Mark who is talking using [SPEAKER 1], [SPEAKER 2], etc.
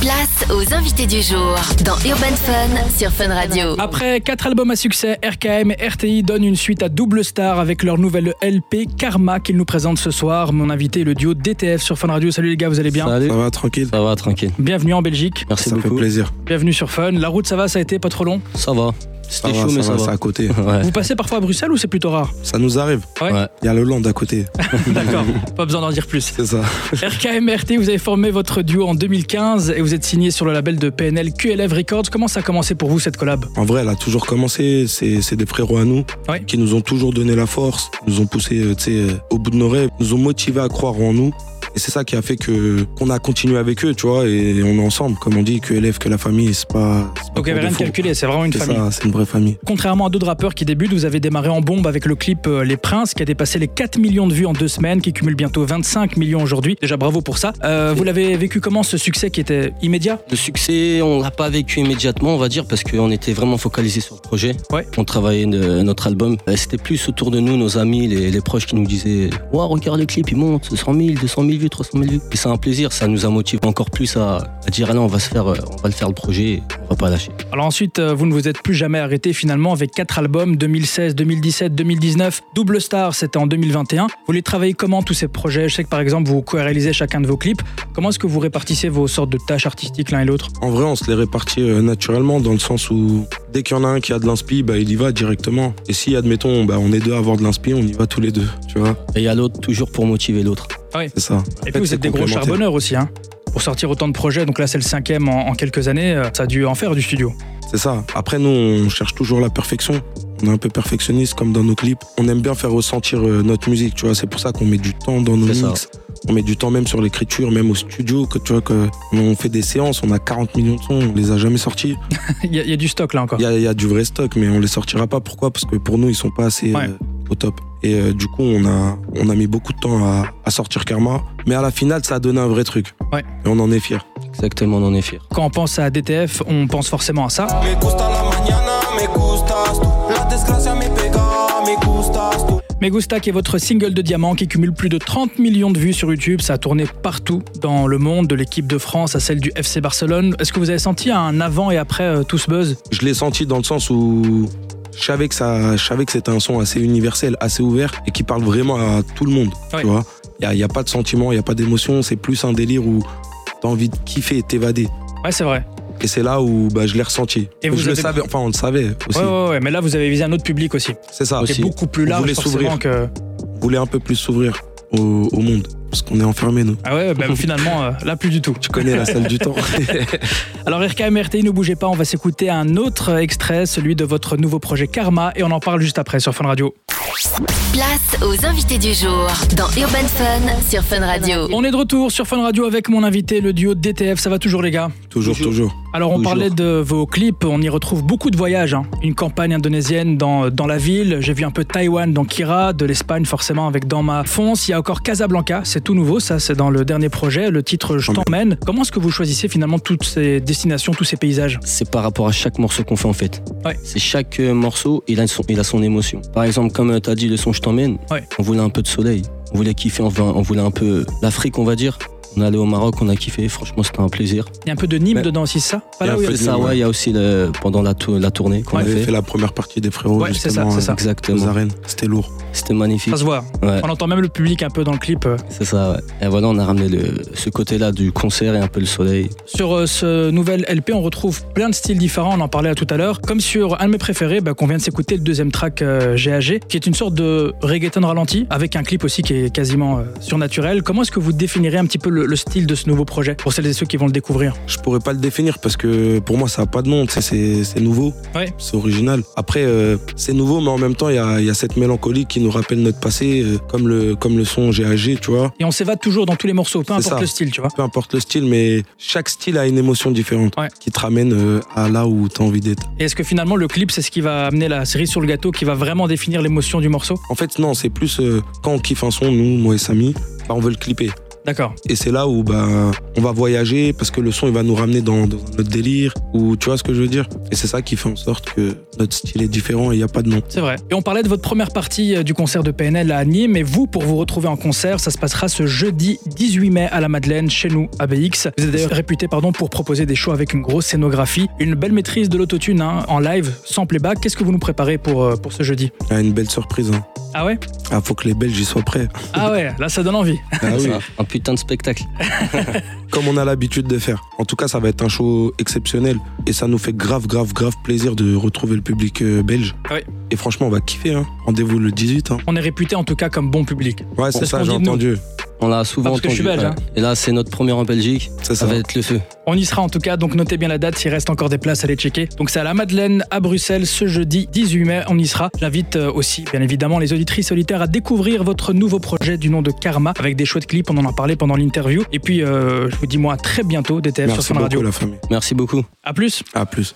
[SPEAKER 1] Place aux invités du jour dans Urban Fun sur Fun Radio.
[SPEAKER 2] Après quatre albums à succès, RKM et RTI donnent une suite à Double Star avec leur nouvelle LP Karma qu'ils nous présentent ce soir. Mon invité est le duo DTF sur Fun Radio. Salut les gars, vous allez bien
[SPEAKER 3] Salut.
[SPEAKER 4] Ça va tranquille.
[SPEAKER 3] Ça va, tranquille.
[SPEAKER 2] Bienvenue en Belgique,
[SPEAKER 3] Merci
[SPEAKER 4] ça fait
[SPEAKER 3] beaucoup.
[SPEAKER 4] plaisir.
[SPEAKER 2] bienvenue sur Fun. La route ça va, ça a été pas trop long.
[SPEAKER 3] Ça va.
[SPEAKER 4] Ça
[SPEAKER 3] C'était
[SPEAKER 4] va,
[SPEAKER 3] chaud,
[SPEAKER 4] ça
[SPEAKER 3] mais
[SPEAKER 4] va,
[SPEAKER 3] ça
[SPEAKER 4] c'est
[SPEAKER 3] va.
[SPEAKER 4] à côté.
[SPEAKER 3] Ouais.
[SPEAKER 2] Vous passez parfois à Bruxelles ou c'est plutôt rare
[SPEAKER 4] Ça nous arrive.
[SPEAKER 2] Ouais.
[SPEAKER 3] Ouais.
[SPEAKER 4] Il y a le Land à côté.
[SPEAKER 2] D'accord, pas besoin d'en dire plus.
[SPEAKER 4] C'est ça.
[SPEAKER 2] RKM et RTI, vous avez formé votre duo en 2015 et vous êtes signé sur le label de PNL QLF Records. Comment ça a commencé pour vous cette collab
[SPEAKER 4] En vrai, elle a toujours commencé. C'est c'est des frérots à nous
[SPEAKER 2] Ouais.
[SPEAKER 4] qui nous ont toujours donné la force, nous ont poussé euh, tu sais, euh, au bout de nos rêves, nous ont motivés à croire en nous. Et c'est ça qui a fait que qu'on a continué avec eux, tu vois. Et on est ensemble, comme on dit, que élève, que la famille, c'est pas. c'est
[SPEAKER 2] Donc
[SPEAKER 4] pas
[SPEAKER 2] il n'y
[SPEAKER 4] pour
[SPEAKER 2] avait rien de
[SPEAKER 4] défaut.
[SPEAKER 2] calculé, c'est vraiment une
[SPEAKER 4] C'est
[SPEAKER 2] famille.
[SPEAKER 4] ça, c'est une vraie famille.
[SPEAKER 2] Contrairement à d'autres rappeurs qui débutent, vous avez démarré en bombe avec le clip euh, Les Princes qui a dépassé les 4 millions de vues en deux semaines, qui cumule bientôt 25 millions aujourd'hui. Déjà bravo pour ça. Euh, vous l'avez vécu comment ce succès qui était immédiat
[SPEAKER 3] Le succès, on l'a pas vécu immédiatement, on va dire, parce qu'on était vraiment focalisé sur le projet.
[SPEAKER 2] Ouais.
[SPEAKER 3] On travaillait de- notre album. Euh, C'était plus autour de nous, nos amis, les, les proches qui nous disaient Waouh, regarde le clip, il monte, 100 000, 200 000 vues, 300 000 vues. Et c'est un plaisir, ça nous a motivés encore plus à, à dire Allez, on va se faire, euh, on va le faire le projet, on va pas lâcher.
[SPEAKER 2] Alors ensuite, euh, vous ne vous êtes plus jamais arrêté finalement avec quatre albums 2016, 2017, 2019. Double Star, c'était en 2021. Vous les travaillez comment tous ces projets Je sais que par exemple, vous co-réalisez chacun de vos clips. Comment est-ce que vous répartissez vos sortes de tâches artistiques l'un et l'autre
[SPEAKER 4] En vrai, on se les répartit euh, naturellement dans le sens où dès qu'il y en a un qui a de l'inspi, bah, il y va directement. Et si, admettons, bah, on est deux à avoir de l'inspi, on y va tous les deux, tu vois.
[SPEAKER 3] Et il y a l'autre toujours pour motiver l'autre.
[SPEAKER 4] C'est ça.
[SPEAKER 2] Et
[SPEAKER 4] fait,
[SPEAKER 2] puis vous
[SPEAKER 4] c'est
[SPEAKER 2] êtes des gros
[SPEAKER 4] complémentaire.
[SPEAKER 2] charbonneurs aussi, hein pour sortir autant de projets, donc là c'est le cinquième en, en quelques années, euh, ça a dû en faire du studio.
[SPEAKER 4] C'est ça. Après, nous, on cherche toujours la perfection. On est un peu perfectionniste, comme dans nos clips. On aime bien faire ressentir euh, notre musique, tu vois. C'est pour ça qu'on met du temps dans nos
[SPEAKER 3] C'est ça.
[SPEAKER 4] mix. On met du temps même sur l'écriture, même au studio, que tu vois, que on fait des séances, on a 40 millions de sons, on les a jamais sortis.
[SPEAKER 2] Il y, a- il y a du stock là encore.
[SPEAKER 4] Il y a, il y a du vrai stock, mais on les sortira pas. Pourquoi Parce que pour nous, ils sont pas assez
[SPEAKER 2] Ouais.
[SPEAKER 4] euh, au top. Et euh, du coup, on a, on a mis beaucoup de temps à, à sortir Karma. Mais à la finale, ça a donné un vrai truc.
[SPEAKER 2] Ouais.
[SPEAKER 4] Et on en est fiers.
[SPEAKER 3] Exactement, on en est fiers.
[SPEAKER 2] Quand on pense à DTF, on pense forcément à ça.
[SPEAKER 5] Me gusta la mañana, me gustas tú. La desgracia me pega, me gustas tú.
[SPEAKER 2] Mais Gusta, qui est votre single de diamant qui cumule plus de 30 millions de vues sur YouTube, ça a tourné partout dans le monde, de l'équipe de France à celle du FC Barcelone. Est-ce que vous avez senti un avant et après euh, tout ce buzz
[SPEAKER 4] je l'ai senti dans le sens où je savais que ça, je savais que c'était un son assez universel, assez ouvert et qui parle vraiment à tout le monde.
[SPEAKER 2] Ouais.
[SPEAKER 4] Tu vois, il y a, y a pas de sentiment, il y a pas d'émotion, c'est plus un délire où t'as envie de kiffer et t'évader.
[SPEAKER 2] Ouais, c'est vrai.
[SPEAKER 4] Et c'est là où bah, je l'ai ressenti.
[SPEAKER 2] Et vous
[SPEAKER 4] je le
[SPEAKER 2] avez-
[SPEAKER 4] savais, enfin on le savait aussi.
[SPEAKER 2] Ouais, ouais, ouais, mais là vous avez visé un autre public aussi.
[SPEAKER 4] C'est ça.
[SPEAKER 2] Qui est beaucoup plus
[SPEAKER 4] On
[SPEAKER 2] large
[SPEAKER 4] voulait
[SPEAKER 2] forcément
[SPEAKER 4] s'ouvrir.
[SPEAKER 2] que.
[SPEAKER 4] On voulait un peu plus s'ouvrir au, au monde parce qu'on est enfermé nous.
[SPEAKER 2] Ah ouais, bah, finalement, euh, là plus du tout.
[SPEAKER 4] Tu connais la salle du temps.
[SPEAKER 2] Alors RKM RTI, ne bougez pas, on va s'écouter un autre extrait, celui de votre nouveau projet Karma, et on en parle juste après sur Fun Radio.
[SPEAKER 1] Place aux invités du jour dans Urban Fun sur Fun Radio.
[SPEAKER 2] On est de retour sur Fun Radio avec mon invité, le duo DTF, ça va toujours les gars
[SPEAKER 4] toujours, toujours.
[SPEAKER 2] Alors on
[SPEAKER 3] Toujours.
[SPEAKER 2] parlait de vos clips, on y retrouve beaucoup de voyages, hein. une campagne indonésienne dans, dans la ville, j'ai vu un peu Taïwan dans Kira, de l'Espagne forcément avec Dans ma fonce, il y a encore Casablanca, c'est tout nouveau, ça c'est dans le dernier projet, le titre Je t'emmène. Comment est-ce que vous choisissez finalement toutes ces destinations, tous ces paysages
[SPEAKER 3] c'est par rapport à chaque morceau qu'on fait en fait.
[SPEAKER 2] Ouais.
[SPEAKER 3] C'est chaque euh, morceau, il a, son, il a son émotion. Par exemple, comme tu as dit, le son Je t'emmène,
[SPEAKER 2] Ouais.
[SPEAKER 3] on voulait un peu de soleil, on voulait kiffer, enfin, on voulait un peu euh, l'Afrique, on va dire. On est allé au Maroc, on a kiffé, franchement, c'était un plaisir.
[SPEAKER 2] Il y a un peu de Nîmes
[SPEAKER 4] Mais-
[SPEAKER 2] dedans aussi, c'est ça Pas
[SPEAKER 4] Ben, Il y
[SPEAKER 2] là où Ah il y a-
[SPEAKER 4] a un
[SPEAKER 3] C'est
[SPEAKER 4] peu de
[SPEAKER 3] ça,
[SPEAKER 4] Nîmes,
[SPEAKER 3] ouais, il y a aussi le- pendant la, tou- la tournée qu'on
[SPEAKER 4] On
[SPEAKER 3] a
[SPEAKER 4] avait
[SPEAKER 3] fait.
[SPEAKER 4] fait la première partie des frérots
[SPEAKER 2] Ouais, c'est ça,
[SPEAKER 4] justement euh,
[SPEAKER 2] c'est ça.
[SPEAKER 4] aux
[SPEAKER 3] Exactement.
[SPEAKER 4] arènes. C'était lourd.
[SPEAKER 3] C'était magnifique.
[SPEAKER 2] Ça se voit.
[SPEAKER 3] Ouais.
[SPEAKER 2] On entend même le public un peu dans le clip. euh.
[SPEAKER 3] C'est ça, ouais. Et voilà, on a ramené le- ce côté-là du concert et un peu le soleil.
[SPEAKER 2] Sur euh, ce nouvel LP, on retrouve plein de styles différents, on en parlait tout à l'heure. Comme sur un de mes préférés, bah, qu'on vient de s'écouter, le deuxième track euh, GAG, qui est une sorte de reggaeton ralenti, avec un clip aussi qui est quasiment euh, surnaturel. Comment est-ce que vous définirez un petit peu le, le style de ce nouveau projet, pour celles et ceux qui vont le découvrir
[SPEAKER 4] Je pourrais pas le définir parce que pour moi ça a pas de nom, tu sais, c'est c'est nouveau,
[SPEAKER 2] Ouais.
[SPEAKER 4] c'est original. Après euh, c'est nouveau mais en même temps il y a, il y a cette mélancolie qui nous rappelle notre passé euh, comme le, comme le son GAG, tu vois.
[SPEAKER 2] Et on s'évade toujours dans tous les morceaux, peu
[SPEAKER 4] C'est
[SPEAKER 2] importe
[SPEAKER 4] ça.
[SPEAKER 2] le style, tu vois.
[SPEAKER 4] Peu importe le style mais chaque style a une émotion différente
[SPEAKER 2] Ouais.
[SPEAKER 4] qui te ramène euh, à là où t'as envie d'être.
[SPEAKER 2] Et est-ce que finalement le clip, c'est ce qui va amener la série sur le gâteau, qui va vraiment définir l'émotion du morceau
[SPEAKER 4] En fait non, c'est plus euh, quand on kiffe un son, nous, moi et Samy, bah, on veut le clipper.
[SPEAKER 2] D'accord.
[SPEAKER 4] Et c'est là où bah, on va voyager parce que le son il va nous ramener dans, dans notre délire ou tu vois ce que je veux dire. Et c'est ça qui fait en sorte que notre style est différent et il n'y a pas de nom.
[SPEAKER 2] C'est vrai. Et on parlait de votre première partie euh, du concert de PNL à Nîmes. Et vous, pour vous retrouver en concert, ça se passera ce jeudi 18 mai à la Madeleine, chez nous, à BX. Vous êtes d'ailleurs réputé pardon, pour proposer des shows avec une grosse scénographie, une belle maîtrise de l'autotune hein, en live, sans playback. Qu'est-ce que vous nous préparez pour, euh, pour ce jeudi
[SPEAKER 4] Ah, une belle surprise. Hein.
[SPEAKER 2] Ah ouais
[SPEAKER 4] Ah, faut que les Belges y soient prêts.
[SPEAKER 2] Ah ouais, là ça donne envie.
[SPEAKER 4] Ah oui,
[SPEAKER 3] Ça, Un putain de spectacle.
[SPEAKER 4] comme on a l'habitude de faire. En tout cas, ça va être un show exceptionnel et ça nous fait grave, grave, grave plaisir de retrouver le public euh, belge.
[SPEAKER 2] Ah oui.
[SPEAKER 4] Et franchement, on va kiffer. Hein. Rendez-vous le 18. Hein.
[SPEAKER 2] On est réputé en tout cas comme bon public.
[SPEAKER 4] Ouais,
[SPEAKER 2] c'est
[SPEAKER 4] c'est
[SPEAKER 2] ce
[SPEAKER 4] ça,
[SPEAKER 2] qu'on
[SPEAKER 4] j'ai
[SPEAKER 2] dit de nous.
[SPEAKER 4] entendu.
[SPEAKER 3] On l'a souvent
[SPEAKER 2] parce que je
[SPEAKER 3] entendu.
[SPEAKER 2] suis belge, hein.
[SPEAKER 3] Et là, c'est notre première en Belgique.
[SPEAKER 4] C'est
[SPEAKER 3] Ça
[SPEAKER 4] ça.
[SPEAKER 3] va être le feu.
[SPEAKER 2] On y sera en tout cas, donc notez bien la date, s'il reste encore des places, allez checker. Donc c'est à la Madeleine, à Bruxelles, ce jeudi 18 mai, on y sera. J'invite euh, aussi, bien évidemment, les auditrices solitaires à découvrir votre nouveau projet du nom de Karma, avec des chouettes clips, on en a parlé pendant l'interview. Et puis, euh, je vous dis moi à très bientôt, DTF sur
[SPEAKER 4] Merci
[SPEAKER 2] Fun
[SPEAKER 4] beaucoup,
[SPEAKER 2] Radio.
[SPEAKER 4] la famille.
[SPEAKER 3] Merci beaucoup.
[SPEAKER 2] À plus
[SPEAKER 4] À plus.